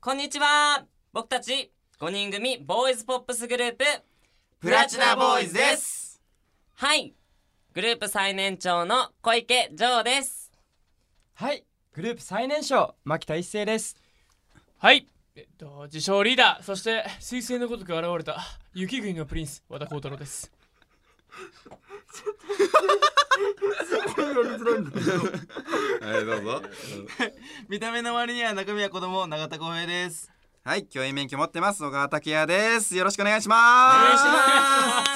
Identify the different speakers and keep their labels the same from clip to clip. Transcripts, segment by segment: Speaker 1: こんにちは僕たち5人組ボーイズポップスグループ
Speaker 2: プラチナボーイズです
Speaker 1: はいグループ最年長の小池ジョーです
Speaker 3: はい、グループ最年少、牧田一成です。
Speaker 4: はい、えっと、自称リーダー、そして、彗星のごとく現れた、雪国のプリンス、和田幸太郎です。
Speaker 2: はいどうぞ
Speaker 5: 見た目の割には中身は子供永田光平です
Speaker 2: はい教員免許持ってます小川拓也ですよろしくお願いします
Speaker 1: お願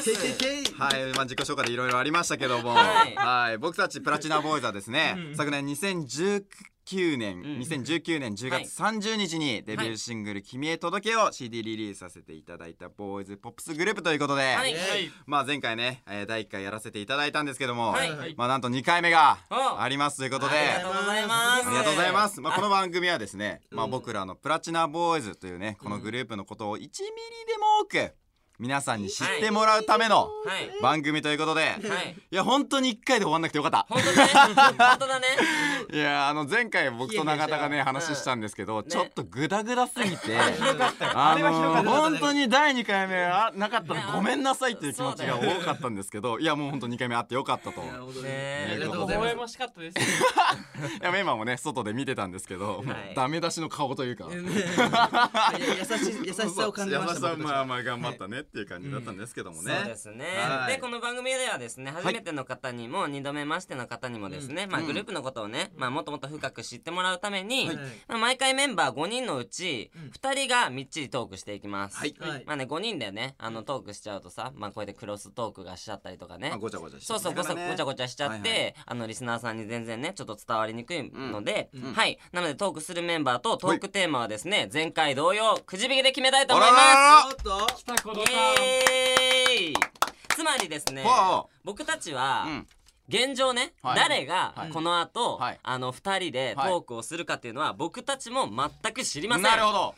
Speaker 1: いします
Speaker 2: すはい、まあ、自己紹介でいろいろありましたけども、
Speaker 1: はい
Speaker 2: はい、僕たちプラチナボーイズはですね、昨年2019年、2019年10
Speaker 1: はい
Speaker 2: 月30日にデビューシングル「君へ届け」を CD リリースさせていただいたボーイズポップスグループということで、
Speaker 1: はい
Speaker 2: まあ前回ね、えー第1回やらせていただいたんですけども、
Speaker 1: はい
Speaker 2: まあなんと2回目が
Speaker 1: お
Speaker 2: ありますということで、
Speaker 1: ありがとうございます
Speaker 2: ありがとうございます。まあ、この番組はですね、まあ、僕らのプラチナボーイズというね、このグループのことを1ミリでも多く。皆さんに知ってもらうための
Speaker 1: はい
Speaker 2: 番組ということで、い
Speaker 1: はい
Speaker 2: や、本当に1回で終わんなくてよかった。
Speaker 1: 本当だ ね本当だね
Speaker 2: いや、あの前回僕と永田がね、話したんですけど、ちょっとグダグダすぎて。あの本当に第2回目はなかったらごめんなさいっていう気持ちが多かったんですけど、いや、もう本当2回目あってよかったと。
Speaker 1: ね
Speaker 2: ありがとうござい
Speaker 4: 微
Speaker 2: ます
Speaker 4: 笑ましかったです。
Speaker 2: いや今もね外で見てたんですけど、もうダメ出しの顔というか、
Speaker 5: 優しい優しさを感じました
Speaker 2: 優しさ
Speaker 5: 僕
Speaker 2: まあ
Speaker 5: た
Speaker 2: まあ頑張ったねっていう感じだったんですけどもね、
Speaker 1: そうですね、
Speaker 2: はい
Speaker 1: でこの番組ではですね初めての方にも2度目ましての方にもですね、まあ、グループのことをね、まあ、もっともっと深く知ってもらうために、まあ、毎回メンバー5人のうち2人がみっちりトークしていきます、
Speaker 2: はい
Speaker 5: はい
Speaker 1: まあね5人でねあのトークしちゃうとさ、まあ、こうやってクロストークがしちゃったりとかね
Speaker 2: まあ、ごちゃごちゃして
Speaker 1: そうそうごそごちゃごちゃしちゃって、
Speaker 2: はいは
Speaker 1: あのリスナーさんに全然ねちょっと伝わりにくいので、はいなのでトークするメンバーとトークテーマはですね前回同様くじ引きで決めたいと
Speaker 2: あ
Speaker 1: 思
Speaker 2: ら
Speaker 1: い
Speaker 2: ら
Speaker 1: ます
Speaker 2: ら
Speaker 5: ちょっと
Speaker 4: 来たことか。
Speaker 1: イエーイつまりですね
Speaker 2: はあ
Speaker 1: 僕たちは、
Speaker 2: うん
Speaker 1: 現状ね、
Speaker 2: はい
Speaker 1: 誰がこの後、
Speaker 2: はい
Speaker 1: あの2人でトークをするかっていうのは、僕たちも全く知りません
Speaker 2: なるほど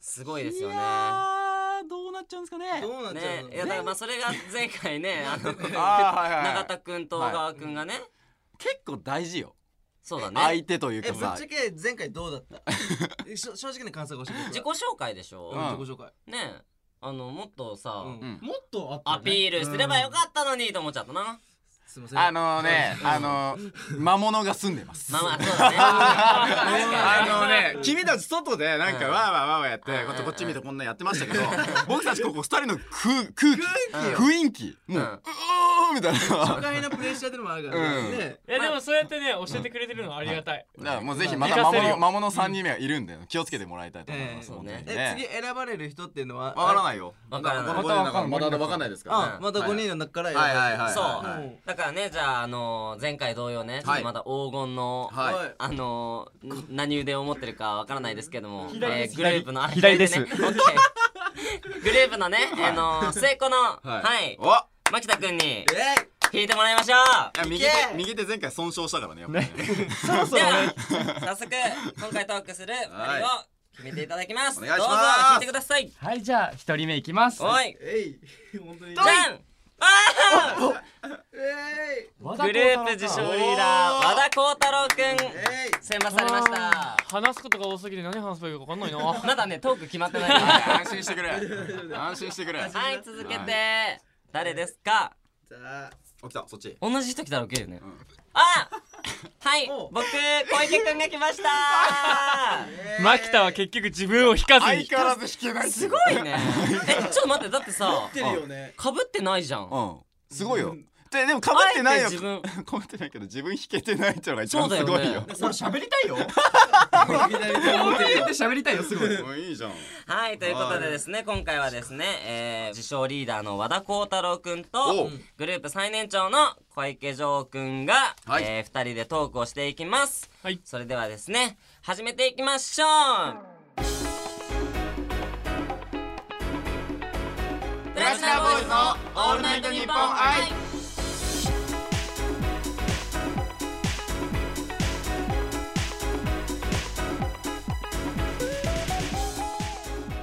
Speaker 1: すごいですよね
Speaker 3: あー、どうなっちゃうんですかね。
Speaker 5: どうなっちゃ
Speaker 1: ね
Speaker 5: うの
Speaker 1: いやだからまあそれが前回 ねあの
Speaker 2: あーはいはいはい
Speaker 1: 永田君と小川君がね、
Speaker 2: 結構大事よ、
Speaker 1: そうだね
Speaker 2: 相手というか
Speaker 5: えぶっちゃ
Speaker 2: さ
Speaker 5: け前回どうだった しょ正直な感想が教えて
Speaker 1: 自己
Speaker 5: くだ
Speaker 1: 紹介でしょ、
Speaker 2: うん
Speaker 5: さいうん自己紹介
Speaker 1: ねあのもっとさ、
Speaker 5: うん
Speaker 2: うん
Speaker 4: もっとあっ
Speaker 1: アピールすればよかったのにと思っちゃったな、
Speaker 5: すいません
Speaker 2: あのねあの魔物が住んでます
Speaker 1: まあまあそうだね確 か
Speaker 2: あ
Speaker 1: にね
Speaker 2: のね君たち外でなんか
Speaker 1: うん
Speaker 2: わーわーわーわーやって
Speaker 1: うん
Speaker 2: こっちこっち見てこんなやってましたけど僕たちここ二人の空空気雰囲気もう
Speaker 1: う
Speaker 2: うんおーみたい
Speaker 5: 初
Speaker 2: な
Speaker 5: 回のプレッシャーってのもあるからねね
Speaker 4: いや、でもそうやってね、教えてくれてるのはありがたい。
Speaker 2: だからもうぜひまた
Speaker 4: 行
Speaker 2: 魔
Speaker 4: かせる
Speaker 2: 物
Speaker 4: よ
Speaker 2: 魔物三人目はいるんで気をつけてもらいたいと思います
Speaker 5: ええ
Speaker 2: 本当に
Speaker 5: え次
Speaker 2: ね
Speaker 5: 選ばれる人っていうのは
Speaker 2: わから
Speaker 5: い
Speaker 2: ないよ
Speaker 1: わからない
Speaker 2: この五人の中のまだわかんないですから
Speaker 5: あまた5人の中から選ばれる
Speaker 2: はいはいはい
Speaker 1: そう、
Speaker 2: はい
Speaker 1: だからねじゃあ、あのー前回同様ね、ちょっとまだ黄金の、
Speaker 2: はい
Speaker 5: はい
Speaker 1: あのーん何腕を持ってるかわからないですけども、
Speaker 4: 左です
Speaker 1: グループのあ
Speaker 3: 左です
Speaker 1: ね、 オッケーグループのね、あのー末っ子の、はい、
Speaker 2: おい
Speaker 1: 牧田君に
Speaker 5: えい
Speaker 1: 弾いてもらいましょ
Speaker 2: や右手
Speaker 5: いけ
Speaker 2: 右手前回損傷したからねやっぱりね
Speaker 3: そう
Speaker 1: うでは早速今回トークする2人を決めていただきます、
Speaker 2: お願いし
Speaker 1: どう
Speaker 2: ます
Speaker 1: ぞ弾いてください
Speaker 3: はい、じゃあ、一人目いきます。
Speaker 1: おい
Speaker 5: えい本当に
Speaker 1: じゃんあー
Speaker 5: えい
Speaker 3: グ
Speaker 1: グループ自称リーダー和田幸太郎君
Speaker 5: えい
Speaker 1: 選抜されました
Speaker 4: 話すことが多すぎて何話せばいいか分かんないな。
Speaker 1: まだねトーク決まってないは
Speaker 2: 安心してくれ安心してくれ
Speaker 1: い続けて誰ですか
Speaker 5: じゃあ
Speaker 2: 起きたそっち
Speaker 1: 同じ人来たらウケるねあはい
Speaker 5: お
Speaker 1: 僕小池くんが来ました
Speaker 4: 牧田は結局自分を引かず
Speaker 2: 相
Speaker 4: に。
Speaker 2: 変わらず弾けない
Speaker 1: すごいねえちょっと待ってだってさ
Speaker 5: 出てるよね
Speaker 1: かぶってないじゃんあ
Speaker 2: うんすごいよででもかぶってないよ
Speaker 1: えて自 分
Speaker 2: かぶってないけど自分弾けてないっていうのが一番す
Speaker 1: そう
Speaker 2: ご
Speaker 1: だ
Speaker 2: い
Speaker 1: よ
Speaker 2: よ
Speaker 1: ね
Speaker 3: 俺喋りたいよ。喋りたいよ、すごい。
Speaker 2: もういいじゃん
Speaker 1: はいということでですね今回はですねえー自称リーダーの和田幸太郎くんと
Speaker 2: おう
Speaker 1: グループ最年長の小池城くんが
Speaker 2: はい
Speaker 1: え2人でトークをしていきます
Speaker 4: はい。
Speaker 1: それではですね始めていきましょうプ
Speaker 2: ラチナボーイズのオールナイトニッポンアイ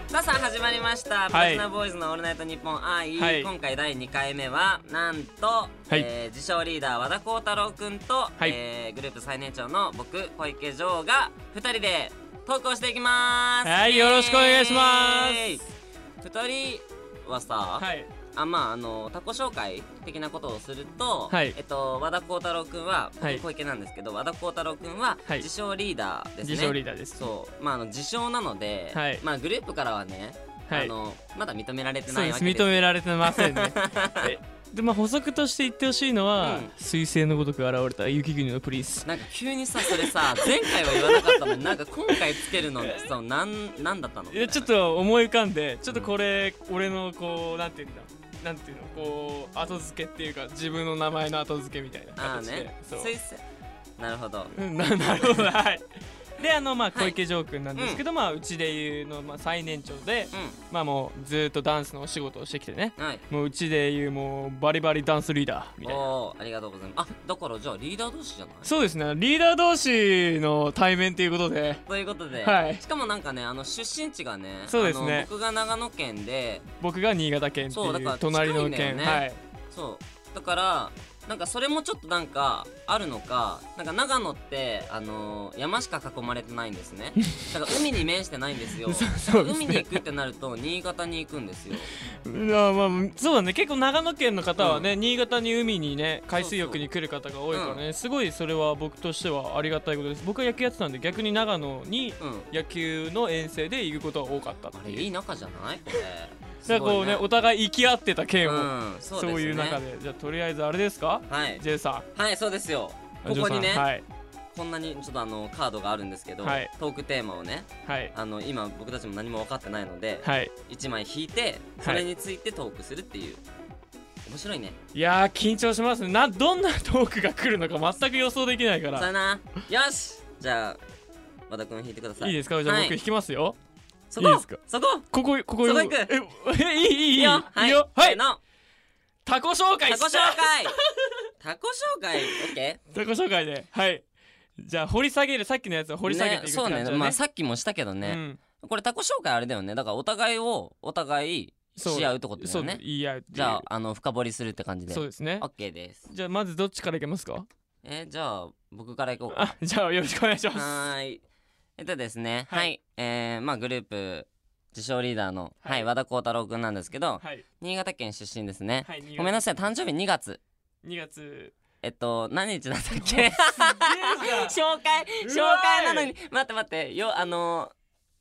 Speaker 1: さあさあ始まりました「プラチナボーイズのオールナイトニッポン愛、
Speaker 4: はい
Speaker 1: 今回第2回目はなんと、えー自称リーダー和田幸太郎くんと、
Speaker 4: はい
Speaker 1: えーグループ最年長の僕小池城が2人で投稿していきます
Speaker 4: はいよろしくお願いします
Speaker 1: す2人はさ、
Speaker 4: はい
Speaker 1: あまああの他己紹介的なことをすると、
Speaker 4: はい
Speaker 1: えっと和田光太郎くんは、
Speaker 4: はい
Speaker 1: 小池なんですけど和田光太郎くんは、
Speaker 4: はい
Speaker 1: 自称リーダーですね
Speaker 4: 自称リーダーです
Speaker 1: そうまああの自称なので、
Speaker 4: はい
Speaker 1: まあグループからはね、
Speaker 4: はい
Speaker 1: あのまだ認められて
Speaker 4: そう
Speaker 1: ない
Speaker 4: で
Speaker 1: わ
Speaker 4: す
Speaker 1: けです
Speaker 4: 認められてません ねえでまあ補足として言ってほしいのは
Speaker 1: うん
Speaker 4: 「彗星のごとく現れた雪国のプリンス
Speaker 1: なんか急にさそれさ前回は言わなかったのになんか今回つけるのそうなんなんだったの」
Speaker 4: いやちょっと思い浮かんでちょっとこれ俺のこうなんて言うんだなんていうのこう後付けっていうか自分の名前の後付けみたいな
Speaker 1: ああ
Speaker 4: 形で、
Speaker 1: ね
Speaker 4: そう
Speaker 1: スイスなるほど
Speaker 4: うん ななるほどはいであのまあ
Speaker 1: はい
Speaker 4: 小池城君なんですけど、まあうちでいうの、まあ、最年長で、
Speaker 1: う
Speaker 4: まあもうずーっとダンスのお仕事をしてきてね
Speaker 1: んはい
Speaker 4: もううちでいうもうバリバリダンスリーダーみたいな
Speaker 1: おーありがとうございますあだからじゃあリーダー同士じゃない
Speaker 4: そうですねリーダー同士の対面ということで
Speaker 1: ということで、
Speaker 4: はい
Speaker 1: しかもなんかねあの出身地がね
Speaker 4: そうです
Speaker 1: あ
Speaker 4: ね
Speaker 1: の僕が長野県で
Speaker 4: 僕が新潟県って
Speaker 1: そうだ
Speaker 4: い
Speaker 1: から
Speaker 4: う隣
Speaker 1: 近
Speaker 4: の
Speaker 1: い
Speaker 4: 県
Speaker 1: んだよね
Speaker 4: はい
Speaker 1: そうだからなんかそれもちょっとなんかあるのかなんか長野ってあのー山しか囲まれてないんですねだから海に面してないんですよ
Speaker 4: そうそうです
Speaker 1: 海
Speaker 4: ね
Speaker 1: に行くってなると新潟に行くんですよ
Speaker 4: うんあまあそうだね結構長野県の方はね、新潟に海にね海水浴に来る方が多いからねすごいそれは僕としてはありがたいことです僕は野球やってたんで逆に長野に
Speaker 1: うん
Speaker 4: 野球の遠征で行くことが多かった
Speaker 1: あ
Speaker 4: って
Speaker 1: れ
Speaker 4: いう
Speaker 1: いい仲じゃないこれ
Speaker 4: だからこうねお互い行き合ってた県を、
Speaker 1: うんそ
Speaker 4: そうう
Speaker 1: ですね
Speaker 4: いう中でじゃあとりあえずあれですか
Speaker 1: はい
Speaker 4: J さ
Speaker 1: はいそうですよ
Speaker 4: ん
Speaker 1: ここに
Speaker 4: J
Speaker 1: ね、
Speaker 4: さんはい
Speaker 1: こんなにちょっとあのカードがあるんですけど、
Speaker 4: はい
Speaker 1: トークテーマをね
Speaker 4: はい
Speaker 1: あの今僕たちも何も分かってないので、
Speaker 4: はい
Speaker 1: 一枚引いてそれについてトークするっていう、面白いね
Speaker 4: いやー緊張しますねなどんなトークが来るのか 全く予想できないか
Speaker 1: さ
Speaker 4: ら
Speaker 1: よなよしじゃあ和田君引いてください
Speaker 4: いいですかじゃあ
Speaker 1: はい
Speaker 4: 僕引きますよ、
Speaker 1: そこ
Speaker 4: いいですか
Speaker 1: そこ
Speaker 4: ここここ
Speaker 1: そこ行
Speaker 4: よ
Speaker 1: く
Speaker 4: ええいいいいいい
Speaker 1: いいよはい
Speaker 4: いよは
Speaker 1: せー
Speaker 4: い
Speaker 1: の
Speaker 4: タコ紹介
Speaker 1: タコ
Speaker 4: し
Speaker 1: 紹
Speaker 4: て
Speaker 1: 介タコ紹介オッケー
Speaker 4: タコ紹介ではいじゃあ掘り下げるさっきのやつを掘り下げていく感じだ
Speaker 1: ね
Speaker 4: ね
Speaker 1: そうねまあさっきもしたけど
Speaker 4: う
Speaker 1: ね、
Speaker 4: ん
Speaker 1: これタコ紹介あれだよねだからお互いをお互い
Speaker 4: そう
Speaker 1: し合うってことだ
Speaker 4: そ
Speaker 1: よ
Speaker 4: う
Speaker 1: ね
Speaker 4: 言い合うっていう
Speaker 1: じゃああの深掘りするって感じで
Speaker 4: そうですね
Speaker 1: オッケーです
Speaker 4: じゃあまずどっちからいけますか
Speaker 1: えじゃあ僕から行こうか
Speaker 4: あじゃあよろしくお願いします
Speaker 1: はーい。えっとですね、は、
Speaker 4: はいい
Speaker 1: えー、まあグループ自称リーダーの、はい、
Speaker 4: はい
Speaker 1: 和田光太郎くんなんですけど、
Speaker 4: はい
Speaker 1: 新潟県出身ですね。
Speaker 4: はい2
Speaker 1: ごめんなさい、誕生日2月。
Speaker 4: 2月
Speaker 1: えっと、何日だったっ け
Speaker 4: じ
Speaker 1: 紹介、紹
Speaker 4: うわ
Speaker 1: 介
Speaker 4: い
Speaker 1: なのに、待って待って、よ、あの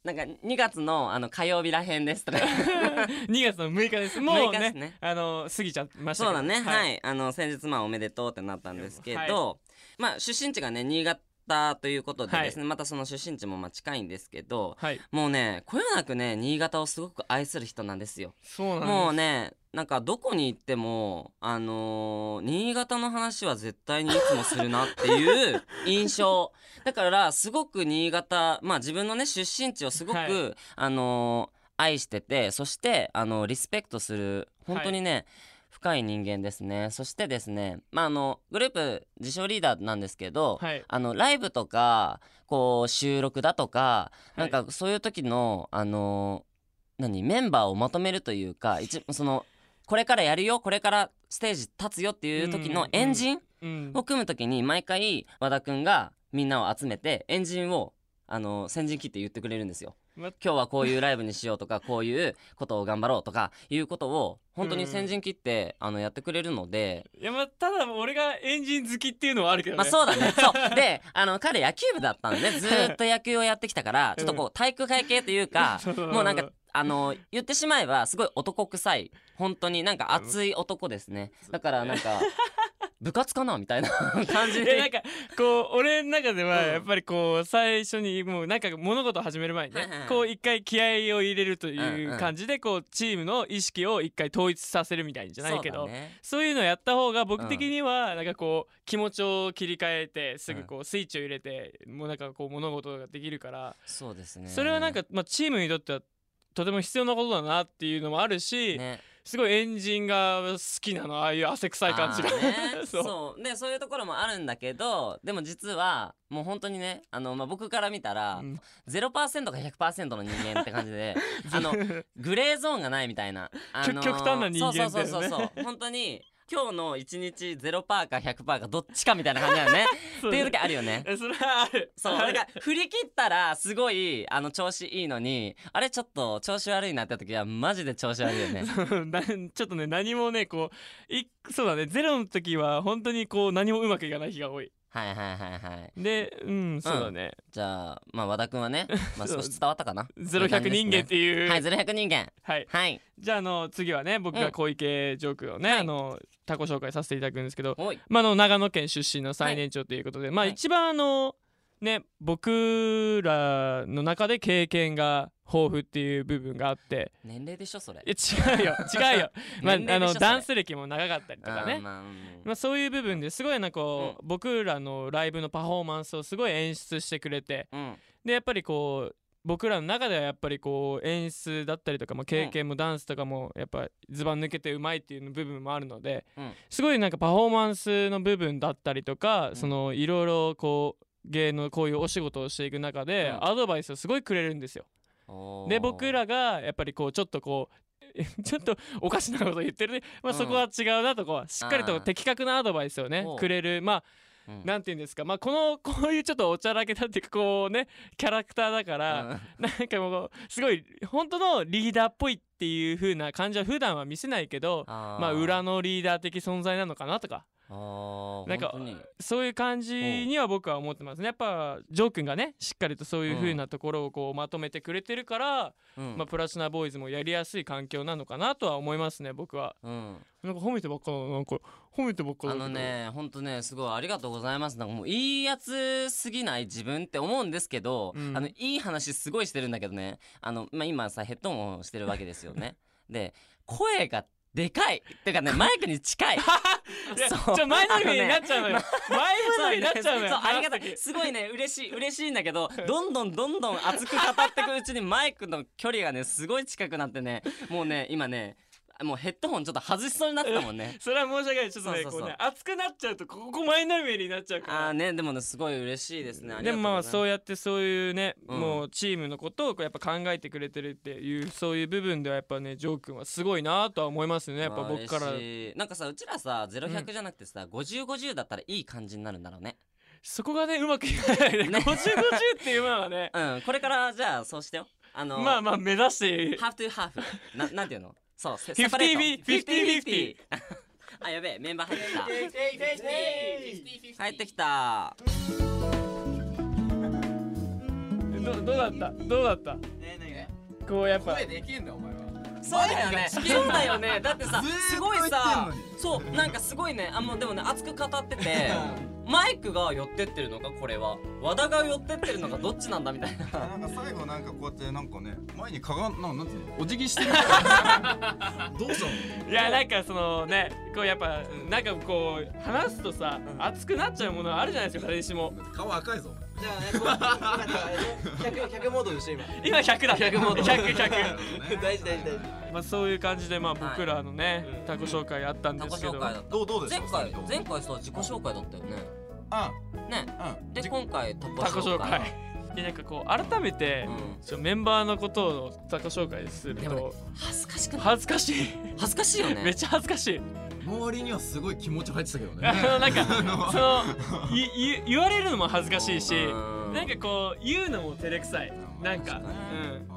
Speaker 1: なんか2月のあの火曜日らへんですとか
Speaker 4: 2月の6日です もう
Speaker 1: 6日で
Speaker 4: ね
Speaker 1: すね
Speaker 4: あの過ぎちゃいました
Speaker 1: そう
Speaker 4: けど
Speaker 1: だねはい、
Speaker 4: い
Speaker 1: あの先日まあおめでとうってなったんですけど、
Speaker 4: はい
Speaker 1: まあ出身地がね新潟ということでですね、またその出身地もまあ近いんですけど、
Speaker 4: はい
Speaker 1: もうねこよなくね新潟をすごく愛する人なんですよ。
Speaker 4: そう
Speaker 1: も
Speaker 4: な
Speaker 1: うん
Speaker 4: で
Speaker 1: ねなんかどこに行ってもあのー新潟の話は絶対にいつもするなっていう印 象だからすごく新潟まあ自分のね出身地をすごく、
Speaker 4: はい
Speaker 1: あのー愛しててそしてあのリスペクトする本当にね、深い人間ですねそしてですねまああのグループ自称リーダーなんですけど、
Speaker 4: すはい
Speaker 1: あのライブとかこう収録だとか、
Speaker 4: はい
Speaker 1: なんかそういう時のあの何メンバーをまとめるというか一そのこれからやるよこれからステージ立つよっていう時の
Speaker 4: うん
Speaker 1: エンジン
Speaker 4: うん
Speaker 1: を組む時に毎回和田くんがみんなを集めてエンジンをあの先陣切って言ってくれるんですよ。
Speaker 4: ま
Speaker 1: 今日はこういうライブにしよう とかこういうことを頑張ろうとかいうことを本当に先陣切ってあのやってくれるので
Speaker 4: いやまあただ俺がエンジン好きっていうのはあるけどね
Speaker 1: まあそうだね。そう。で、あの、彼野球部だったんで、ずーっと野球をやってきたから、ちょっとこう、体育会系という か、もうなんか、あの、言ってしまえば、すごい男臭い、本当になんか熱い男ですね。だからなん か、部活かなみたいな 感じ
Speaker 4: えな
Speaker 1: で。
Speaker 4: んかこう俺の中では
Speaker 1: うん
Speaker 4: やっぱりこう最初にもうなんか物事を始める前に
Speaker 1: はい
Speaker 4: ね
Speaker 1: はいはい
Speaker 4: こう一回気合を入れるとい
Speaker 1: んうん
Speaker 4: う感じでこうチームの意識を一回統一させるみたいじゃないけ
Speaker 1: そう
Speaker 4: ど
Speaker 1: だね
Speaker 4: そういうのやった方が
Speaker 1: う
Speaker 4: 僕
Speaker 1: ん
Speaker 4: 的にはなんかこう気持ちを切り替えてすぐこうスイッチを入れてもうなんかこう物事ができるから
Speaker 1: そうですね。
Speaker 4: それはなんかまあチームにとってはとても必要なことだなっていうのもあるし
Speaker 1: ね、
Speaker 4: すごいエンジンが好きなのああいう汗臭い感じが
Speaker 1: あーね
Speaker 4: そう
Speaker 1: そうでそういうところもあるんだけどでも実はもう本当にねあの、まあ、僕から見たら、
Speaker 4: うん
Speaker 1: 0%か100%の人間って感じ であのグレーゾーンがないみたいな、あのー
Speaker 4: 極端な人間だよね
Speaker 1: そうそうそうそうそう本当に今日の一日0%か100%かどっちかみたいな感じだよねっていう時あるよ ね
Speaker 4: えそれはある
Speaker 1: そうだから振り切ったらすごいあの調子いいのにあれちょっと調子悪いなって時はマジで調子悪いよ ね
Speaker 4: なちょっとね何もねこういそうだねゼロの時は本当にこう何もうまくいかない日が多い
Speaker 1: はいはいはいはい
Speaker 4: でうんそうだね、
Speaker 1: じゃあまあ和田くんは ね、まあ、少し伝わったかな
Speaker 4: ゼロ百人間っていう
Speaker 1: はい、ゼロ百人間。
Speaker 4: はい
Speaker 1: はい。
Speaker 4: じゃああの次はね僕
Speaker 1: うん
Speaker 4: が小池ジョークをね、
Speaker 1: はい
Speaker 4: あのタコ紹介させていただくんですけど、
Speaker 1: おい。
Speaker 4: まあ、あの長野県出身の最年長ということで、まあ
Speaker 1: はい
Speaker 4: 一番あのね僕らの中で経験が豊富っていう部分があって
Speaker 1: 年齢でしょ、それ。
Speaker 4: いや 違うよ違うよ、まあ、
Speaker 1: 年齢でしょ
Speaker 4: あの
Speaker 1: それ
Speaker 4: ダンス歴も長かったりと
Speaker 1: あ
Speaker 4: か
Speaker 1: ー
Speaker 4: ね
Speaker 1: まあ
Speaker 4: まあ、そういう部分ですごいなんかこう、
Speaker 1: う
Speaker 4: 僕らのライブのパフォーマンスをすごい演出してくれて
Speaker 1: うん。うん
Speaker 4: でやっぱりこう僕らの中ではやっぱりこう演出だったりとか、まあ、経験もダンスとかもやっぱずば抜けてうまいっていう部分もあるので、
Speaker 1: うん
Speaker 4: すごいなんかパフォーマンスの部分だったりとか、
Speaker 1: ん
Speaker 4: そのいろいろこう芸能こういうお仕事をしていく中で、
Speaker 1: うん
Speaker 4: アドバイスをすごいくれるんですよ。
Speaker 1: おー
Speaker 4: で僕らがやっぱりこうちょっとこうえ ちょっとおかしなこと言ってるね、まあ、
Speaker 1: うん
Speaker 4: そこは違うなとこはしっかり
Speaker 1: あ
Speaker 4: と
Speaker 1: ー
Speaker 4: 的確なアドバイスをね
Speaker 1: おう
Speaker 4: くれるまあ
Speaker 1: うん
Speaker 4: なんて言うんですかまあこの こういうちょっとおちゃらけたっていうかこうねキャラクターだから、なんかもうすごい本当のリーダーっぽいっていう風な感じは普段は見せないけどまあ裏のリーダー的存在なのかなとか
Speaker 1: の
Speaker 4: なんかそういう感じには僕は思ってますねやっぱジョー君がねしっかりとそういう風なところをこうまとめてくれてるから、
Speaker 1: うん
Speaker 4: まあ、プラチナボーイズもやりやすい環境なのかなとは思いますね僕は
Speaker 1: うん
Speaker 4: なんか褒めてばっかだななんか褒めてばっかだ
Speaker 1: あ
Speaker 4: けど
Speaker 1: のねほんとねすごいありがとうございますなんかもういいやつすぎない自分って思うんですけど、
Speaker 4: うん
Speaker 1: あのいい話すごいしてるんだけどねあの、まあ、今さヘッドホンをしてるわけですよねで声がでかいっていうかねマイクに近い
Speaker 4: いや
Speaker 1: そう
Speaker 4: ちょ前のめりになっちゃうのよ、前のめりになっちゃうのよ
Speaker 1: そうありがた
Speaker 4: と
Speaker 1: いすごいね嬉しい嬉しいんだけどどんどんどんどん熱く語ってくうちにマイクの距離がねすごい近くなってねもうね今ねもうヘッドホンちょっと外しそうになってたもんね
Speaker 4: それは申し訳ないちょっとね
Speaker 1: そうそうそう
Speaker 4: こうね熱くなっちゃうとここ前のめりになっちゃうから
Speaker 1: ああねでもねすごい嬉しいですね
Speaker 4: でもまあ
Speaker 1: い
Speaker 4: そう
Speaker 1: う
Speaker 4: うやってそういうね、
Speaker 1: うん
Speaker 4: もうチームのことをこうやっぱ考えてくれてるっていうそういう部分ではやっぱねジョー君はすごいなとは思いますねやっぱ僕から
Speaker 1: なんかさうちらさ
Speaker 4: う
Speaker 1: 0100じゃなくてさ、5050だったらいい感じになるんだろうね
Speaker 4: そこがねうまくいかないね
Speaker 1: ね
Speaker 4: 5050っていうのは ね
Speaker 1: うんこれからじゃあそうしてよあの
Speaker 4: まあまあ目指して
Speaker 1: ハーフトゥーハーフななんていうのそうセ
Speaker 4: 50-50
Speaker 1: セパレート
Speaker 4: 50-50
Speaker 1: あやべえメンバー入ってきた入ってきた
Speaker 4: どどうだったどうだった
Speaker 5: え何が
Speaker 4: こうやっぱ
Speaker 5: できんだお前は
Speaker 1: そうだよね。そうだよね。だってさ、
Speaker 5: ずーっと
Speaker 1: すごい
Speaker 5: 言
Speaker 1: さ
Speaker 5: ってんの、
Speaker 1: そうなんかすごいね。あもうでもね熱く語ってて、マイクが寄ってってるのかこれは、和田が寄ってってるのかどっちなんだみたいな。
Speaker 2: なんか最後なんかこうやってなんかね前にかがんなんなんていうのお辞儀してる
Speaker 5: どうしたの
Speaker 4: いやなんかそのねこうやっぱなんかこう話すとさ熱くなっちゃうものあるじゃないですか誰しも
Speaker 2: 顔赤いぞ
Speaker 5: じゃあね100 100モードでしょ今
Speaker 4: 今100だ100
Speaker 5: モード
Speaker 4: 100 100
Speaker 5: 大事大事大事
Speaker 4: まあそういう感じでまあ僕らのね
Speaker 5: はい
Speaker 4: タコ紹介あったん
Speaker 1: 自
Speaker 4: で
Speaker 1: 己
Speaker 4: すけ
Speaker 1: 紹
Speaker 4: ど
Speaker 1: 介だった。
Speaker 5: どうどうで
Speaker 1: 前
Speaker 5: した
Speaker 1: 回前回さ自己紹介だったよね。
Speaker 2: あ
Speaker 1: ね。
Speaker 2: うん
Speaker 1: で今回タコ
Speaker 4: タコ
Speaker 1: 紹
Speaker 4: 紹
Speaker 1: 介。
Speaker 4: 介いやなんかこう改めて
Speaker 1: う
Speaker 4: ちょメンバーのことをタコ紹介する
Speaker 1: でも
Speaker 4: と
Speaker 1: 恥ずかしくない。
Speaker 4: 恥ずかしい
Speaker 1: 恥ずかしいよ
Speaker 4: めっ
Speaker 1: ね。
Speaker 4: ちゃ恥ずかしい
Speaker 5: 周りにはすごい気持ち入ってたけど
Speaker 4: あのなんかそのいい言われるのも恥ずかしいし
Speaker 1: うん
Speaker 4: なんかこう言うのも照れくさいなんか
Speaker 1: 確か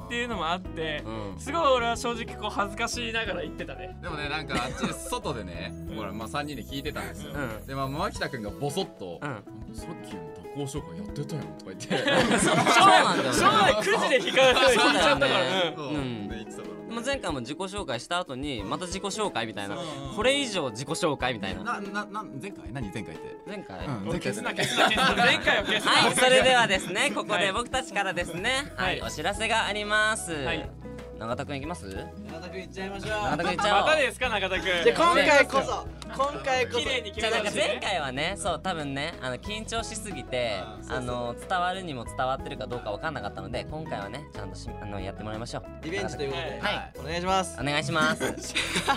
Speaker 4: うんっていうのもあって
Speaker 1: うん。
Speaker 4: すごい俺は正直こう恥ずかしいながら言ってたね
Speaker 6: でもねなんかあっちで外でねほらまあ3人で聞いてたんですよ、
Speaker 1: うん
Speaker 6: でまあ牧田君がボソッと、
Speaker 1: うん。
Speaker 6: さっきの蛇行紹介やってたよ」とか言って
Speaker 1: そうなんだよね。
Speaker 4: 将来9時で引かれたり
Speaker 1: そう
Speaker 4: しち
Speaker 1: だ
Speaker 4: ゃ
Speaker 1: よ
Speaker 4: ったから
Speaker 1: ね
Speaker 4: ね。
Speaker 6: そう、
Speaker 1: うん
Speaker 6: で言ってたから
Speaker 1: まあ前回も自己紹介した後にまた自己紹介みたいなこれ以上自己紹介みたいな
Speaker 2: ななな前回何前回って
Speaker 1: 前回、
Speaker 2: うん前回
Speaker 4: 消すな消すな消 すな前回は消すな
Speaker 1: はい、それではですね、ここ
Speaker 4: は
Speaker 1: で
Speaker 4: い
Speaker 1: 僕たちからですね、は、
Speaker 4: はいい
Speaker 1: お知らせがあります。
Speaker 4: はい
Speaker 1: 永田くんいきます。
Speaker 5: 長田君いっちゃいましょう
Speaker 1: 永田くんいっちゃ
Speaker 4: ま
Speaker 1: お
Speaker 4: た
Speaker 1: う。
Speaker 4: ですか中田君
Speaker 5: じゃあ今回こそ今回こ
Speaker 4: 綺麗に
Speaker 5: そ
Speaker 4: 決
Speaker 1: じゃあ
Speaker 4: め
Speaker 1: なん
Speaker 4: た
Speaker 1: か
Speaker 4: しい
Speaker 1: 前
Speaker 4: ね
Speaker 1: 回はね、そう多分ね、あの緊張しすぎて、あの伝わるにも伝わってるかどうかわかんなかったので、今回はね、ちゃんとしあのやってもらいましょう。
Speaker 5: リベンジということで
Speaker 1: はい
Speaker 5: お願いします
Speaker 1: お願いします。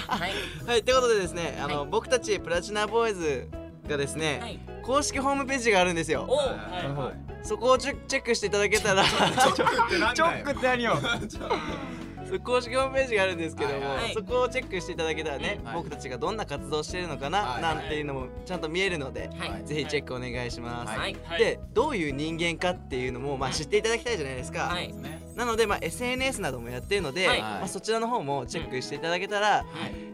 Speaker 1: はい、
Speaker 5: はい、ということでですね、あの、
Speaker 1: はい
Speaker 5: 僕たちプラチナボーイズがですね、
Speaker 1: はい、
Speaker 5: 公式ホームページがあるんですよ。
Speaker 1: おう、
Speaker 4: はいはい
Speaker 5: そこをチェチェックしていただけたら、
Speaker 2: チョックって何よ
Speaker 5: そう公式ホームページがあるんですけども、
Speaker 1: はいはい
Speaker 5: そこをチェックしていただけたらね、
Speaker 6: はい
Speaker 5: 僕たちがどんな活動をしてるのかな、
Speaker 6: はい
Speaker 5: なんていうのもちゃんと見えるので、
Speaker 1: はい
Speaker 5: ぜひチェックお願いします。
Speaker 1: はい
Speaker 4: はい
Speaker 5: でどういう人間かっていうのも、まあ、知っていただきたいじゃないですか、
Speaker 1: はい
Speaker 6: ね
Speaker 5: なので、まあ、SNS などもやってるので、
Speaker 1: はい
Speaker 5: まあ、そちらの方もチェックしていただけたら、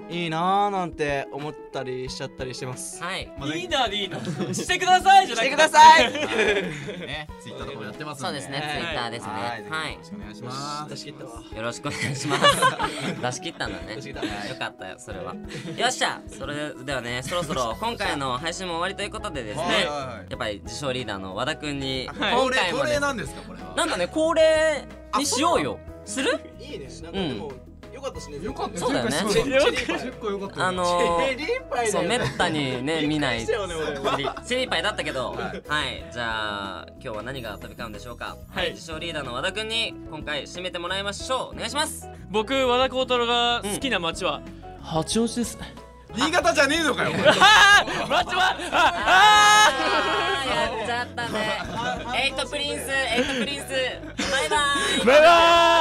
Speaker 5: い、いなーなんて思ったりしちゃったりしてます。
Speaker 1: はい
Speaker 4: リーダーでいいのしてくださいじゃ
Speaker 5: し
Speaker 4: なく
Speaker 5: てください
Speaker 6: ねツイッターとかもやってますんで
Speaker 1: そうですねツイッターですね
Speaker 6: はいぜ
Speaker 1: は
Speaker 6: ひよろしくお願いします
Speaker 5: 出し切ったわ。
Speaker 1: いよろしくお願いします出し切ったんだね
Speaker 5: 出し切
Speaker 1: よ
Speaker 5: ったはい
Speaker 1: かったよそれはよっしゃそれではねそろそろ今回の配信も終わりということでですね
Speaker 6: はいはいはい
Speaker 1: やっぱり自称リーダーの和田くんに
Speaker 4: はい
Speaker 1: 今
Speaker 6: 恒例
Speaker 1: 回も
Speaker 6: 恒
Speaker 1: で
Speaker 6: 例
Speaker 1: す
Speaker 6: なんですかこれは
Speaker 1: なんかね恒例にしようよする
Speaker 5: いいね。なんかでも、よかったしね。よかった
Speaker 1: そうだよね
Speaker 4: チェリーパ イ
Speaker 3: 10個よかった
Speaker 1: あの
Speaker 5: リーパイ
Speaker 1: そう
Speaker 5: だ
Speaker 1: めっ
Speaker 5: よ。
Speaker 1: たにね 見ない
Speaker 5: びっくりしたよね俺
Speaker 1: 精一杯だったけどはいじゃあ今日は何が飛び交うんでしょうか
Speaker 4: はい
Speaker 1: 自称リーダーの和田くんに今回締めてもらいましょうお願いします
Speaker 4: 僕和田幸太郎が好きな街は、八王子です
Speaker 6: 新潟じゃねえのかよこれ
Speaker 4: あー街は
Speaker 1: あ
Speaker 4: あ
Speaker 1: ーやっちゃったねエイトプリンスエイトプリンスバイバイ
Speaker 4: あーバイバーイ